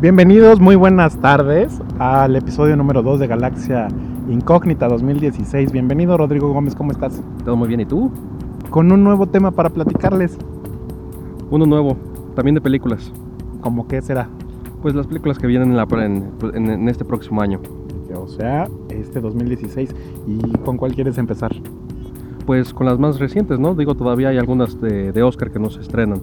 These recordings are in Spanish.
Bienvenidos, muy buenas tardes al episodio número 2 de Galaxia Incógnita 2016. Bienvenido Rodrigo Gómez, ¿cómo estás? Todo muy bien, ¿y tú? Con un nuevo tema para platicarles, Uno nuevo, también de películas. como qué será. Pues las películas que vienen en, la- en- en- en este próximo año. O sea, este 2016. ¿Y con cuál quieres empezar? Pues con las más recientes, ¿no? Digo, todavía hay algunas de, de Oscar que no se estrenan.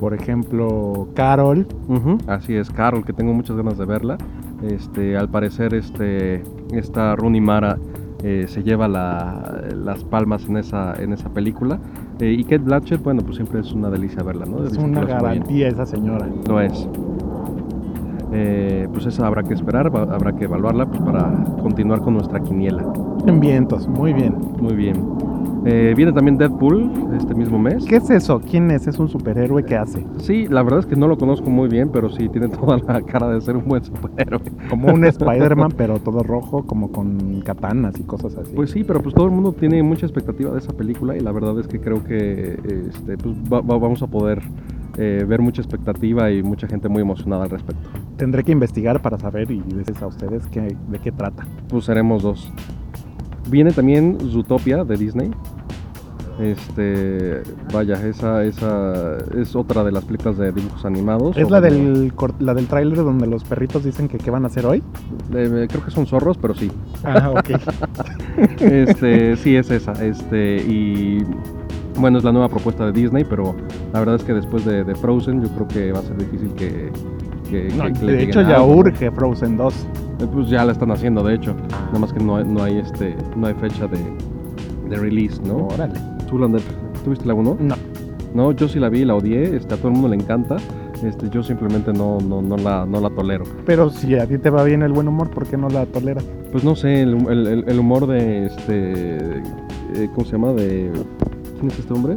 Por ejemplo, Carol. Ujú, Así es, Carol, que tengo muchas ganas de verla. Este, al parecer, este, esta Rooney Mara eh, se lleva la- las palmas en esa, en esa película. Eh, y Kate Blanchett, bueno, pues siempre es una delicia verla, ¿no? Es Dicen que una lo hace muy bien. garantía esa señora. Lo es. Eh, pues esa habrá que esperar, va- habrá que evaluarla pues, para continuar con nuestra quiniela. En vientos, muy bien. Muy bien. Eh, viene también Deadpool este mismo mes. ¿Qué es eso? ¿Quién es? ¿Es un superhéroe? ¿Qué hace? Sí, la verdad es que no lo conozco muy bien, pero sí tiene toda la cara de ser un buen superhéroe. Como un Spider-Man, pero todo rojo, como con katanas y cosas así. Pues sí, pero pues todo el mundo tiene mucha expectativa de esa película y la verdad es que creo que este, pues, va- va- vamos a poder eh, ver mucha expectativa y mucha gente muy emocionada al respecto. Tendré que investigar para saber y decirles a ustedes qué- de qué trata. Pues seremos dos. Viene también Zootopia de Disney. Este, vaya, esa, esa es otra de las películas de dibujos animados. ¿Es O la bueno, del, cor- la del tráiler donde los perritos dicen que qué van a hacer hoy? eh, creo que son zorros, pero sí. Ah, ok. Este, sí, es esa. Este, y bueno, es la nueva propuesta de Disney, pero la verdad es que después de, de Frozen, yo creo que va a ser difícil que. que- que- que le de lleguen hecho, ya algo, ¿no? urge Frozen 2. Eh, Pues ya la están haciendo, de hecho. Nada más que no hay, no hay, este, no hay fecha de, de release, ¿no? Órale. Zoolander, ¿tuviste la 1? No, No, yo sí la vi, la odié, este, a todo el mundo le encanta, este, yo simplemente no, no, no, la, no la tolero. pero si a ti te va bien el buen humor, ¿por qué no la toleras? Pues no sé, el, el- el- el humor de este, eh, ¿cómo se llama? De, ¿Quién es este hombre?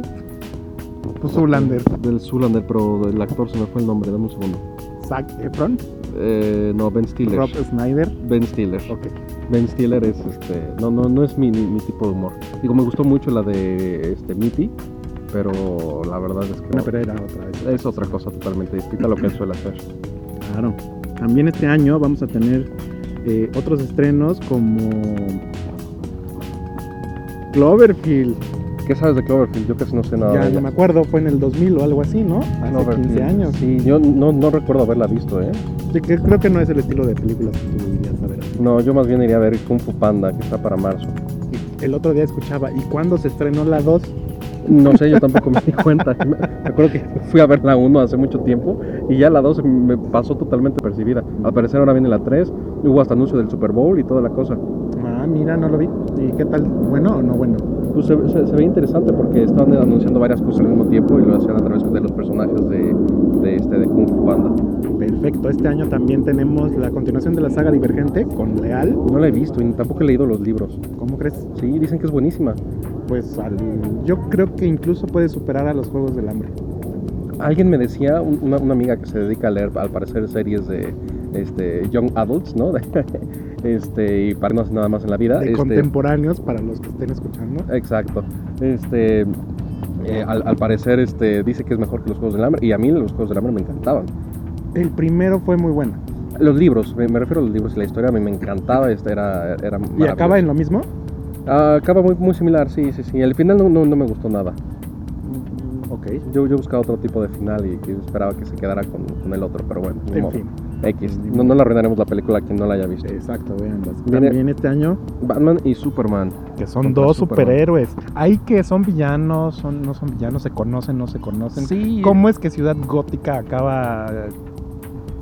Pues Zoolander, Del Zulander, pero del actor se me fue el nombre, dame un segundo. Zac Efron, Eh, no, Ben Stiller. Rob Snyder. Ben Stiller. Ok. Ben Stiller es este. No, no, no es mi, mi- mi tipo de humor. Digo, me gustó mucho la de este Mitty, pero la verdad es que Una no. perera otra vez. es otra cosa totalmente distinta a lo que él suele hacer. Claro. También este año vamos a tener eh, otros estrenos como Cloverfield. ¿Qué sabes de Cloverfield? Yo casi no sé nada. ya de no ella. me acuerdo, fue en el 2000 o algo así, ¿no? Hace Cloverfield. 15 años. Sí, yo no, no recuerdo haberla visto, ¿eh? Sí, que creo que no es el estilo de películas que tú irías a ver. así. No, yo más bien iría a ver Kung Fu Panda, que está para marzo. Y El otro día escuchaba, ¿y cuándo se estrenó la 2? No sé, yo tampoco me di cuenta. Me me acuerdo que fui a ver la 1 hace mucho tiempo y ya la 2 me pasó totalmente percibida. Al parecer ahora viene la 3, hubo hasta anuncio del Super Bowl y toda la cosa. Ah, mira, no lo vi. ¿Y qué tal? ¿Bueno o no bueno? Pues se, se, se ve interesante porque estaban anunciando varias cosas al mismo tiempo y lo hacían a través de los personajes de, de este, de Kung Fu Panda. Perfecto, este año también tenemos la continuación de la saga Divergente con Leal. No la he visto y ni tampoco he leído los libros. ¿Cómo crees? Sí, dicen que es buenísima. Pues al- yo creo que incluso puede superar a los Juegos del Hambre. Alguien me decía, un- una, una amiga que se dedica a leer, al parecer, series de este, Young Adults, ¿no? este, y para no hacer nada más en la vida. de este, contemporáneos para los que estén escuchando. Exacto. Este, eh, al, al parecer este, dice que es mejor que los Juegos del Hambre. Y a mí los Juegos del Hambre me encantaban. El primero fue muy bueno. Los libros, me, me refiero a los libros y la historia, a mí me encantaba. Este, era, era ¿Y acaba en maravilloso. lo mismo? Ah, acaba muy, muy similar, sí, sí, sí. El final no, no, no me gustó nada. Ok. Yo, yo buscaba otro tipo de final y, que esperaba que se quedara con, con el otro, pero bueno, ni En modo. fin. X. No, no le arruinaremos la película a quien no la haya visto. Exacto, vean. Viene- También este año. Batman y Superman. Que son Contra dos Superman. superhéroes. Hay que son villanos, son, no son villanos, se conocen, no se conocen. Sí. ¿Cómo es que Ciudad Gótica acaba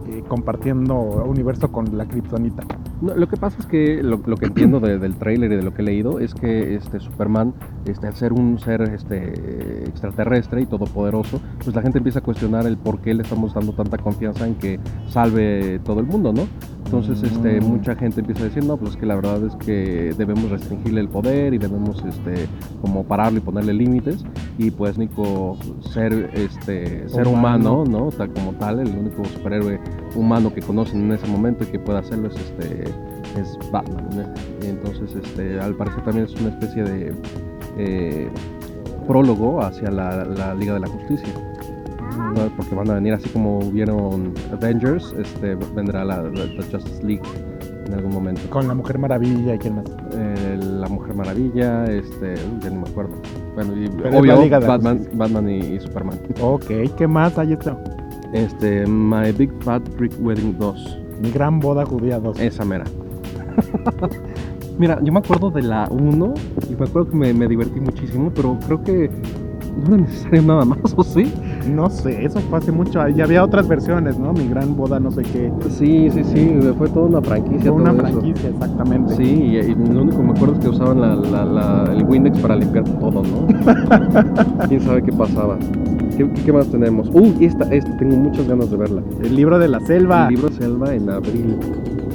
eh, compartiendo universo con la Kryptonita? No, lo que pasa es que lo, lo que entiendo de- del tráiler y de lo que he leído es que este Superman, este, al ser un ser este, extraterrestre y todopoderoso, pues la gente empieza a cuestionar el por qué le estamos dando tanta confianza en que salve todo el mundo, ¿no? Entonces, este, Mm. mucha gente empieza a decir, no, pues que la verdad es que debemos restringirle el poder y debemos, este, como pararlo y ponerle límites. Y pues, Nico, ser, este, ser Humano. humano, ¿no? O sea, como tal, el único superhéroe humano que conocen en ese momento y que puede hacerlo es este es Batman ¿no? Y entonces este al parecer también es una especie de eh, prólogo hacia la, la Liga de la Justicia ¿no? porque van a venir así como vieron Avengers, este, vendrá la, la- la Justice League en algún momento. Con la Mujer Maravilla y quién más. Eh, la Mujer Maravilla, este, uy, ya no me acuerdo. Bueno, y Pero es la obvio, Liga de la Batman, Justicia. Batman y, y Superman. Ok, ¿qué más hay? Esta? Este, My Big Fat Greek Wedding 2. Mi gran boda judía 2. Esa mera. Mira, yo me acuerdo de la 1 y me acuerdo que me, me divertí muchísimo, pero creo que no era necesario nada más, ¿o sí? No sé, eso fue hace mucho. Y había otras versiones, ¿no? Mi gran boda, no sé qué. Sí, sí, sí, fue toda una franquicia. Fue una todo eso. franquicia, exactamente. Sí, y, y lo único que me acuerdo es que usaban la- la- la- el Windex para limpiar todo, ¿no? ¿Quién sabe qué pasaba? ¿Qué, qué- qué más tenemos? Uy, esta, esta, tengo muchas ganas de verla. El libro de la selva. El libro Selva en abril.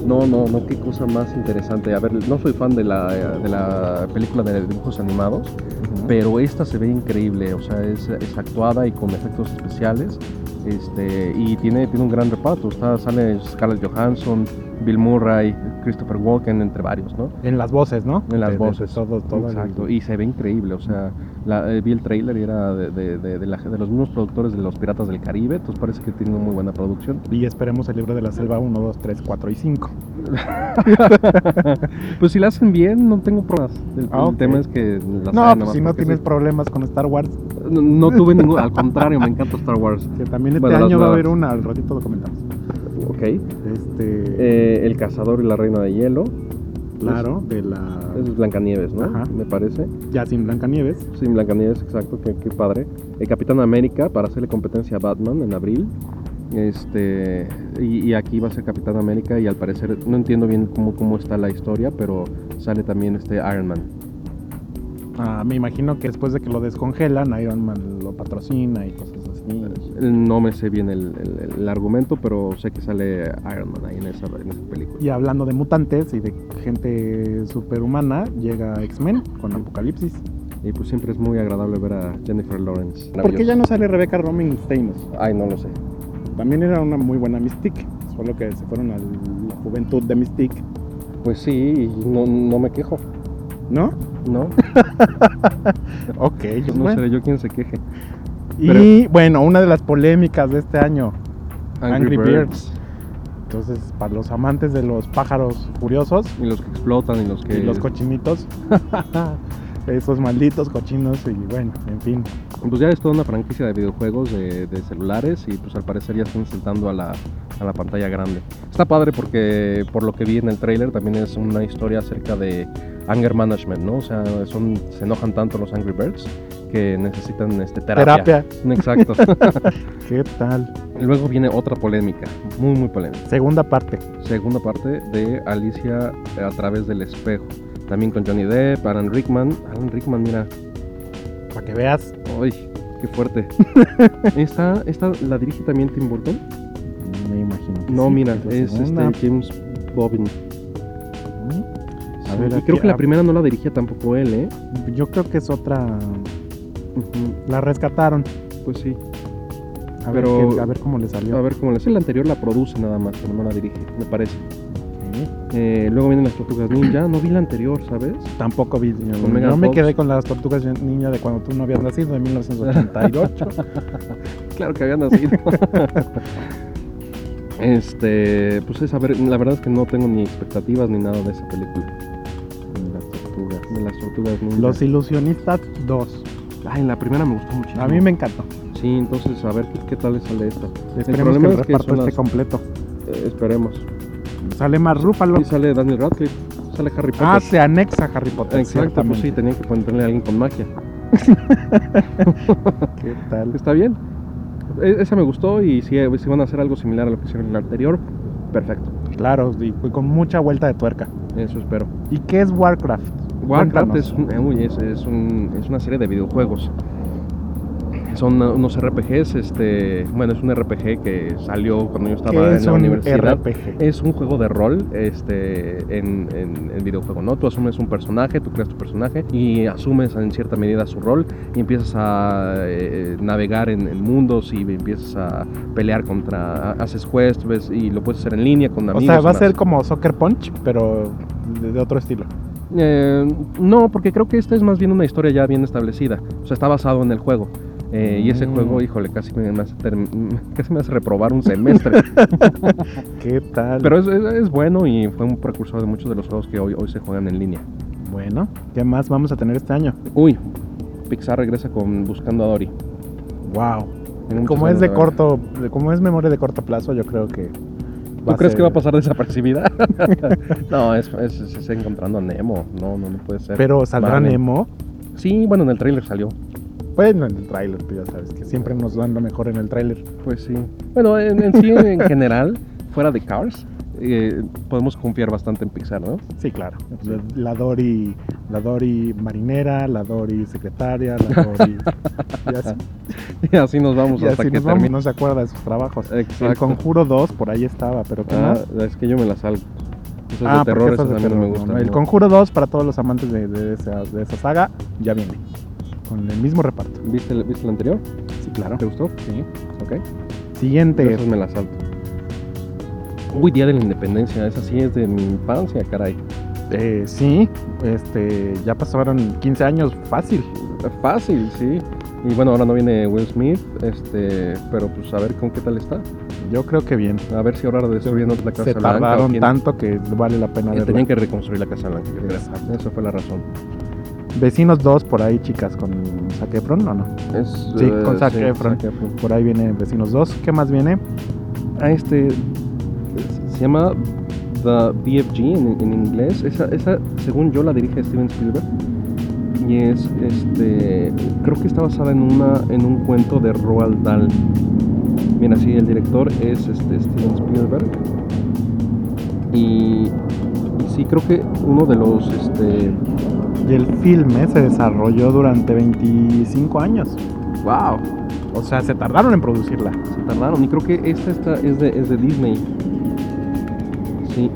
No, no, no, qué cosa más interesante. A ver, no soy fan de la, de la película de dibujos animados, Ujú. pero esta se ve increíble, o sea, es, es actuada y con efectos especiales. Este, y tiene, tiene un gran reparto. Está, sale Scarlett Johansson, Bill Murray, Christopher Walken, entre varios, ¿no? En las voces, ¿no? En las De- de voces. Todo, todo. el- Exacto. Y se ve increíble. O sea, la- eh, vi el trailer y era de, de- de- de la- de los mismos productores de Los Piratas del Caribe. Entonces parece que tiene una muy buena producción. Y esperemos el libro de la selva 1, 2, 3, 4 y 5. Pues si la hacen bien, no tengo problemas. El, Ah, el ok. tema es que la No, saben pues nomás si no porque tienes sí. problemas con Star Wars, No, no tuve ningún. Al contrario, me encanta Star Wars. que también este Bueno, las año va a nuevas. haber una, al ratito lo comentamos. Ok. Este, Eh, pues, el cazador y la reina de hielo. claro, de la Eso es Blancanieves, ¿no? Ajá. Me parece. ya sin Blancanieves. Sí, Blancanieves, exacto, qué, qué padre. El Capitán América para hacerle competencia a Batman en abril. Este, y, y aquí va a ser Capitán América y al parecer, no entiendo bien cómo, cómo está la historia, pero sale también este Iron Man. Ah, me imagino que después de que lo descongelan, Iron Man lo patrocina y cosas así. No me sé bien el, el- el argumento, pero sé que sale Iron Man ahí en esa, en esa película. Y hablando de mutantes y de gente superhumana, llega X-Men con Apocalipsis. Y pues siempre es muy agradable ver a Jennifer Lawrence. ¿Por qué ya no sale Rebecca Romijn Stamos? Ay, no lo sé. También era una muy buena Mystique, solo que se fueron a la juventud de Mystique, Pues sí, y no, no me quejo, ¿no? ¿no? Pues Ok, No bueno. seré yo quien se queje. Y bueno, una de las polémicas de este año. Angry Birds. Entonces, para los amantes de los pájaros curiosos Y los que explotan y los que... y los cochinitos, esos malditos cochinos y bueno, en fin. Pues ya es toda una franquicia de videojuegos de, de celulares y pues al parecer ya están saltando a la, a la pantalla grande. Está padre porque por lo que vi en el tráiler también es una historia acerca de anger management, ¿no? O sea, son, se enojan tanto los Angry Birds que necesitan este, terapia. Terapia. Exacto. ¿Qué tal? Luego viene otra polémica, muy muy polémica. Segunda parte. Segunda parte de Alicia a través del espejo. También con Johnny Depp, Alan Rickman. Alan Rickman, mira, Para que veas, ¡Ay, qué fuerte! esta, esta la dirige también Tim Burton. me imagino. que No, sí, mira, que la es segunda. pues, este, James Bobbin. A ver, y aquí, creo que la ah. primera no la dirigía tampoco él, ¿eh? Yo creo que es otra. La rescataron. Pues sí. A, ver Pero- qué- a ver cómo le salió. A ver, como les la anterior la produce nada más, pero no la dirige, me parece. Ok. Eh, luego vienen las tortugas ninja. No vi la anterior, ¿sabes? Tampoco vi. Yo, Con Megan yo me Fox. quedé con las tortugas niña de cuando tú no habías nacido, en 1988. Claro que habían nacido. este, pues es, a ver, la verdad es que no tengo ni expectativas ni nada de esa película. las tortugas. De las tortugas ninja. Los ilusionistas 2. Ay, la primera me gustó muchísimo. A mí me encantó. Sí, entonces a ver qué, qué tal sale esta. Esperemos que problema el es que reparto son esté las- completo. Eh, esperemos. Sale más Rúfalo. Y sale Daniel Radcliffe, sale Harry Potter. Ah, se anexa Harry Potter. Exacto, pues ciertamente. sí, tenían que ponerle a alguien con magia. ¿Qué tal? Está bien. E- esa me gustó y si, si van a hacer algo similar a lo que hicieron en la anterior, perfecto. Claro, y fue con mucha vuelta de tuerca. Eso espero. ¿Y qué es Warcraft? Warcraft Cuéntanos. es, un- eh, uy, es- es un- es una serie de videojuegos. Son uh, unos RPGs, este, bueno, es un RPG que salió cuando yo estaba ¿Qué en es la un universidad. RPG? Es un juego de rol este, en, en, en videojuego, ¿no? Tú asumes un personaje, tú creas tu personaje y asumes en cierta medida su rol y empiezas a eh, navegar en, en mundos y empiezas a pelear contra, haces quests ves, y lo puedes hacer en línea con O amigos. sea, va a y ser más. como Soccer Punch, pero de de otro estilo. Eh, no, porque creo que esta es más bien una historia ya bien establecida. O sea, está basado en el juego. Eh, Y Mm. ese juego, híjole, casi me, hace term- casi me hace reprobar un semestre. ¿Qué tal? Pero es, es- es bueno y fue un precursor de muchos de los juegos que hoy, hoy se juegan en línea. Bueno, ¿qué más vamos a tener este año? Uy, Pixar regresa con Buscando a Dory. Wow. Tiene muchas Como es ganas de ver. corto, de- como es memoria de corto plazo, yo creo que. ¿Tú crees que va a pasar desapercibida? no, es, es, es- es encontrando a Nemo. No, no, no puede ser. Pero saldrá Vale. Nemo. Sí, bueno, en el tráiler salió. Bueno, en el tráiler, tú ya sabes que siempre nos dan lo mejor en el tráiler. Pues sí. Bueno, en, en sí, en general, fuera de Cars, eh, podemos confiar bastante en Pixar, ¿no? Sí, claro. La, la Dory, la Dory marinera, la Dory secretaria, la Dory. y así, Y así nos vamos y hasta así que nos vamos, termine. no se acuerda de sus trabajos. El Exacto. Conjuro 2 por ahí estaba, pero ¿qué Ah, más? es que yo me la salgo. Esas Ah, de porque terror, esas esas de a mí no me terror, gustan. no, no. El no. Conjuro 2 para todos los amantes de, de esa, de esa saga ya viene. Con el mismo reparto. ¿Viste, el- ¿Viste el anterior? Sí, claro. ¿Te gustó? Sí. Ok. Siguiente. Esas me las salto. Uy, Día de la Independencia, esa sí es de mi infancia, caray. eh, sí, este, ya pasaron 15 años fácil. Fácil, sí. Y bueno, ahora no viene Will Smith, este, pero pues a ver con qué tal está. Yo creo que bien. A ver si ahora destruyendo la Casa Se Blanca. o tardaron quién- tanto que vale la pena Eh, verla. tenían que reconstruir la Casa Blanca, yo creo. Exacto. Esa fue la razón. Vecinos 2 por ahí, chicas, con Zac Efron, ¿o no? Es, eh, Sí, con Zac Eh, sí, Efron. Zac Efron. Por ahí viene Vecinos 2. ¿Qué más viene? Ah, este. Se llama The BFG en, en inglés. Esa, esa, según yo, la dirige Steven Spielberg. Y es, este. Creo que está basada en, una, en un cuento de Roald Dahl. Mira, sí, el director es este, Steven Spielberg. Y. y sí, creo que uno de los. Este, Y el filme se desarrolló durante 25 años. ¡Wow! O sea, se tardaron en producirla. Se tardaron. Y creo que esta, esta es, de, es de Disney. Sí.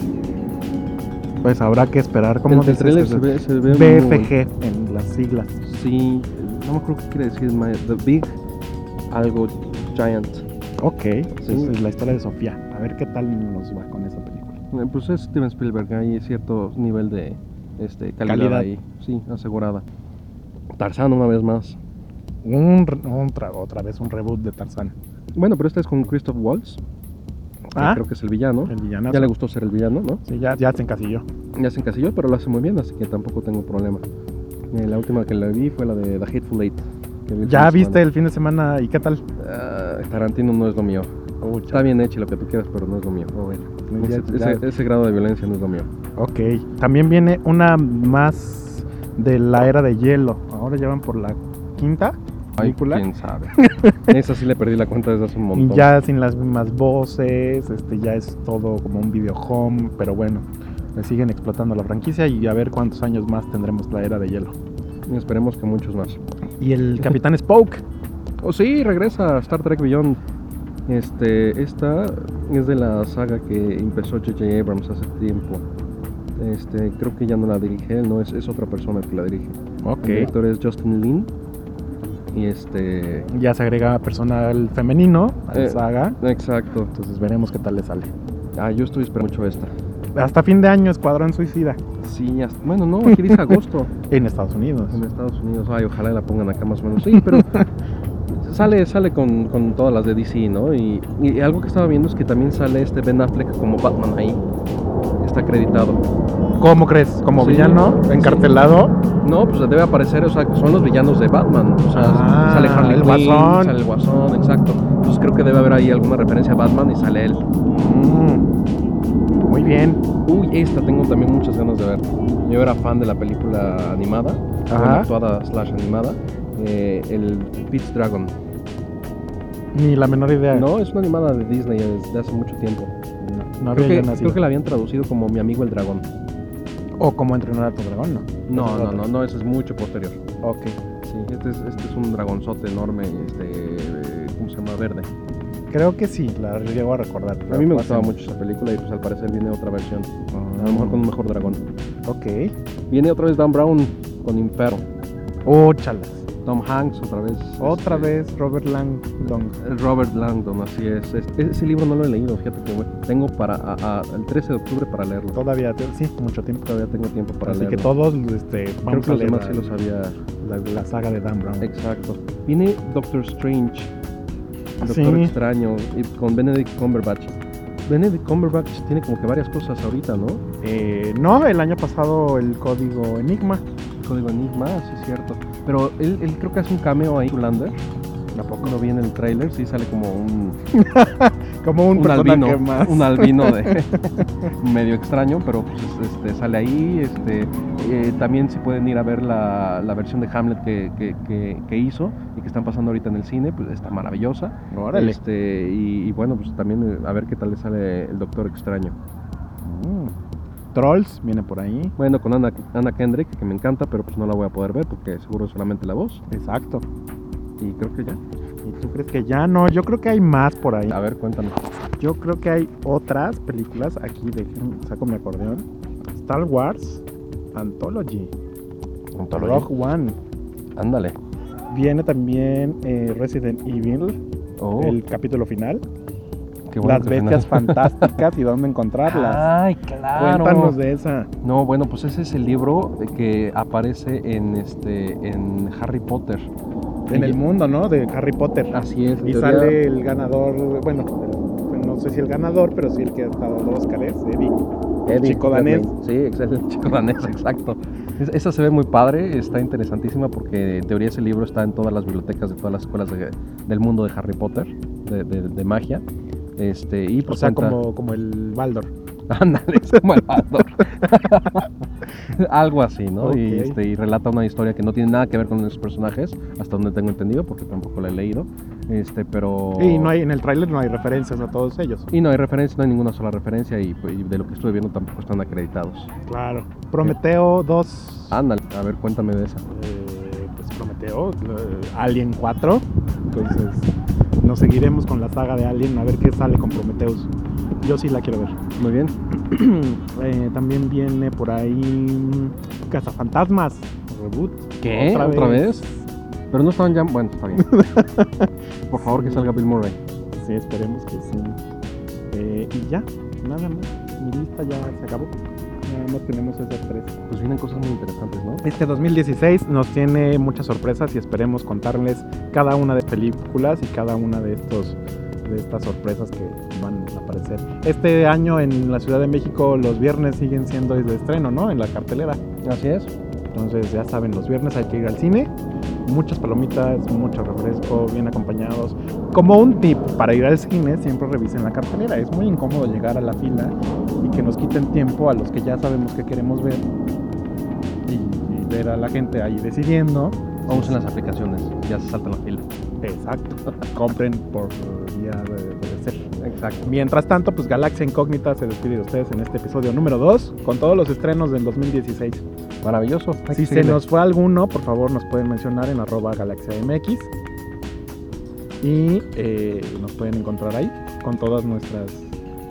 Pues habrá que esperar este como el del trailer se ve, se ve muy bueno. BFG en las siglas. Sí, no me acuerdo qué quiere decir, ma- The Big Algo Giant. Eh, Ok, Sí. es la historia de Sofía. A ver qué tal nos va con esa película. Eh, Pues es Steven Spielberg, hay cierto nivel de este, calidad, Calidad. ahí, sí, asegurada. Tarzán una vez más. Un, re- un tra- otra vez un reboot de Tarzán. Bueno, pero esta es con Christoph Waltz, que Ah, creo que es el villano. el villanazo. Ya le gustó ser el villano, ¿no? Sí, ya, ya se encasilló. Ya se encasilló, pero lo hace muy bien, así que tampoco tengo problema. Eh, la última que la vi fue la de The Hateful Eight. que vi el ¿Ya fin de viste semana. el fin de semana y qué tal? Ah, Tarantino no es lo mío. Está bien hecho lo que tú quieras, pero no es lo mío. Ese, Oh, Ya- ese- ese grado de violencia no es lo mío. Ok, también viene una más de la era de hielo. Ahora ya van por la quinta película. quién sabe. Esa sí le perdí la cuenta desde hace un Y montón. ya sin las mismas voces, este ya es todo como un video home, pero bueno, le siguen explotando la franquicia y a ver cuántos años más tendremos la era de hielo. Y Esperemos que muchos más. Y el Capitán Spoke, Oh, sí, regresa a Star Trek Beyond. Este, esta es de la saga que empezó J.J. Abrams hace tiempo. Este, creo que ya no la dirige él, no, es, es otra persona que la dirige. El director es Justin Lin. Y este. ya se agrega personal femenino a la Eh. saga, Exacto. entonces veremos qué tal le sale. Ah, yo estoy esperando mucho esta. Hasta fin de año Escuadrón Suicida Sí, hasta- bueno, no, aquí dice agosto. en Estados Unidos. en Estados Unidos. Ay, ojalá la pongan acá más o menos. Sí, pero sale, sale con, con todas las de DC, ¿no? Y, y algo que estaba viendo es que también sale este Ben Affleck como Batman ahí. Está acreditado. ¿Cómo crees? ¿Como Sí. villano encartelado? No, pues debe aparecer, o sea, que son los villanos de Batman. O sea, Ah, sale Harley el Quinn, Guasón. sale el Guasón, exacto. Entonces creo que debe haber ahí alguna referencia a Batman y sale él. Mm, Muy bien. Uy, esta tengo también muchas ganas de ver. Yo era fan de la película animada, Ajá. bueno, actuada slash animada, eh, el Pete's Dragon. Ni la menor idea. No, es una animada de Disney desde hace mucho tiempo. No había creo, yo que, nacido. creo que la habían traducido como Mi amigo el dragón. O como entrenar a tu dragón, ¿no? Esa No, es no, otra. no, no, eso es mucho posterior. Ok. Sí, este es, este es un dragonzote enorme, este, eh, ¿cómo se llama? Verde. Creo que sí, la llego a recordar. A mí me gustaba mucho esa película y pues al parecer viene otra versión, a lo mejor con un mejor dragón. Ok. Viene otra vez Dan Brown con Impero. Oh, chalas. Tom Hanks otra vez. Otra este, vez Robert Langdon. Robert Langdon, así es. Es- Ese libro no lo he leído, fíjate que güey, tengo para a- a- el 13 de octubre para leerlo. Todavía, te- sí, mucho tiempo. Todavía tengo tiempo para Así leerlo. que todos este, Creo vamos que los a leer demás sí la- lo sabía. la, la saga de Dan Brown. Exacto. Viene Doctor Strange, Doctor Sí. Extraño, y con Benedict Cumberbatch. Benedict Cumberbatch tiene como que varias cosas ahorita, ¿no? Eh, no, el año pasado el código Enigma. Código Enigma, sí es cierto. Pero él, él creo que hace un cameo ahí, Lander. Tampoco lo vi en el tráiler, sí sale como un, Como un, un personaje albino, más. un albino de medio extraño, pero pues, este, sale ahí. Este, eh, también si pueden ir a ver la, la versión de Hamlet que, que- que- que hizo y que están pasando ahorita en el cine, pues está maravillosa. Órale. Este, y, y bueno, pues también eh, a ver qué tal le sale el Doctor Extraño. Mm. Trolls viene por ahí. Bueno, con Ana, Ana Kendrick, que me encanta, pero pues no la voy a poder ver porque seguro es solamente la voz. Exacto. Y creo que ya. ¿Y tú crees que ya no? Yo creo que hay más por ahí. A ver, cuéntanos. Yo creo que hay otras películas. Aquí dejen, saco mi acordeón. Star Wars Anthology. Rogue One. Ándale. Viene también eh, Resident Evil, Oh, el capítulo final. qué bueno Las que suena. bestias fantásticas y dónde encontrarlas. Ay, claro. Cuéntanos de esa. No, bueno, pues ese es el libro eh, que aparece en este en Harry Potter. En el mundo, ¿no? De Harry Potter. Así es. en Y teoría- sale el ganador, bueno, el- no sé si el ganador, pero sí el que ha estado los Óscares, Eddie. El Eddie chico Redmayne. danés. Sí, ex- el chico danés, exacto. Es- esa se ve muy padre, está interesantísima porque en teoría ese libro está en todas las bibliotecas de todas las escuelas de- del mundo de Harry Potter, de, de- de magia. Este, y O pues sea, cuenta- como, como el Baldor. Ándale, es como el Baldor. Algo así, ¿no? Y, Ok. este, y relata una historia que no tiene nada que ver con los personajes, hasta donde tengo entendido, porque tampoco la he leído. Este, pero... Y no hay, en el tráiler no hay referencias a todos ellos. Y no hay referencia, no hay ninguna sola referencia y, pues, y de lo que estuve viendo tampoco están acreditados. Claro. Prometeo 2. Ándale, a ver, cuéntame de esa. eh, pues Prometeo, eh, Alien 4. Entonces, nos seguiremos con la saga de Alien a ver qué sale con Prometheus. Yo sí la quiero ver. Muy bien. Eh, también viene por ahí mm, Cazafantasmas, reboot. ¿Qué? ¿Otra vez? Pero no estaban ya. Bueno, está bien. Por favor, que salga Bill Murray. Pues Sí, esperemos que sí. Eh, y ya, nada más. Mi lista ya se acabó. Nada más tenemos esas tres. Pues vienen cosas muy interesantes, ¿no? Este 2016 nos tiene muchas sorpresas y esperemos contarles cada una de las películas y cada una de estos de estas sorpresas que van a aparecer. Este año en la Ciudad de México los viernes siguen siendo de estreno, ¿no? En la cartelera. Así es. Entonces ya saben, los viernes hay que ir al cine. Muchas palomitas, mucho refresco, bien acompañados. Como un tip para ir al cine, siempre revisen la cartelera. Es muy incómodo llegar a la fila y que nos quiten tiempo a los que ya sabemos que queremos ver y, y ver a la gente ahí decidiendo. O usen las aplicaciones, ya se salta la fila. Exacto. Compren por día de, de ser. Exacto. Mientras tanto, pues Galaxia Incógnita se despide de ustedes en este episodio número 2 con todos los estrenos del 2016. Maravilloso. Hay Si que se seguirle. nos fue alguno, por favor nos pueden mencionar en arroba galaxiamx y eh, nos pueden encontrar ahí con todas nuestras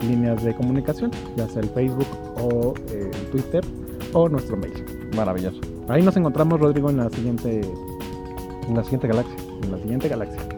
líneas de comunicación, ya sea el Facebook o eh, el Twitter o nuestro mail. Maravilloso. Ahí nos encontramos, Rodrigo, en la siguiente, En la siguiente galaxia. en la siguiente galaxia.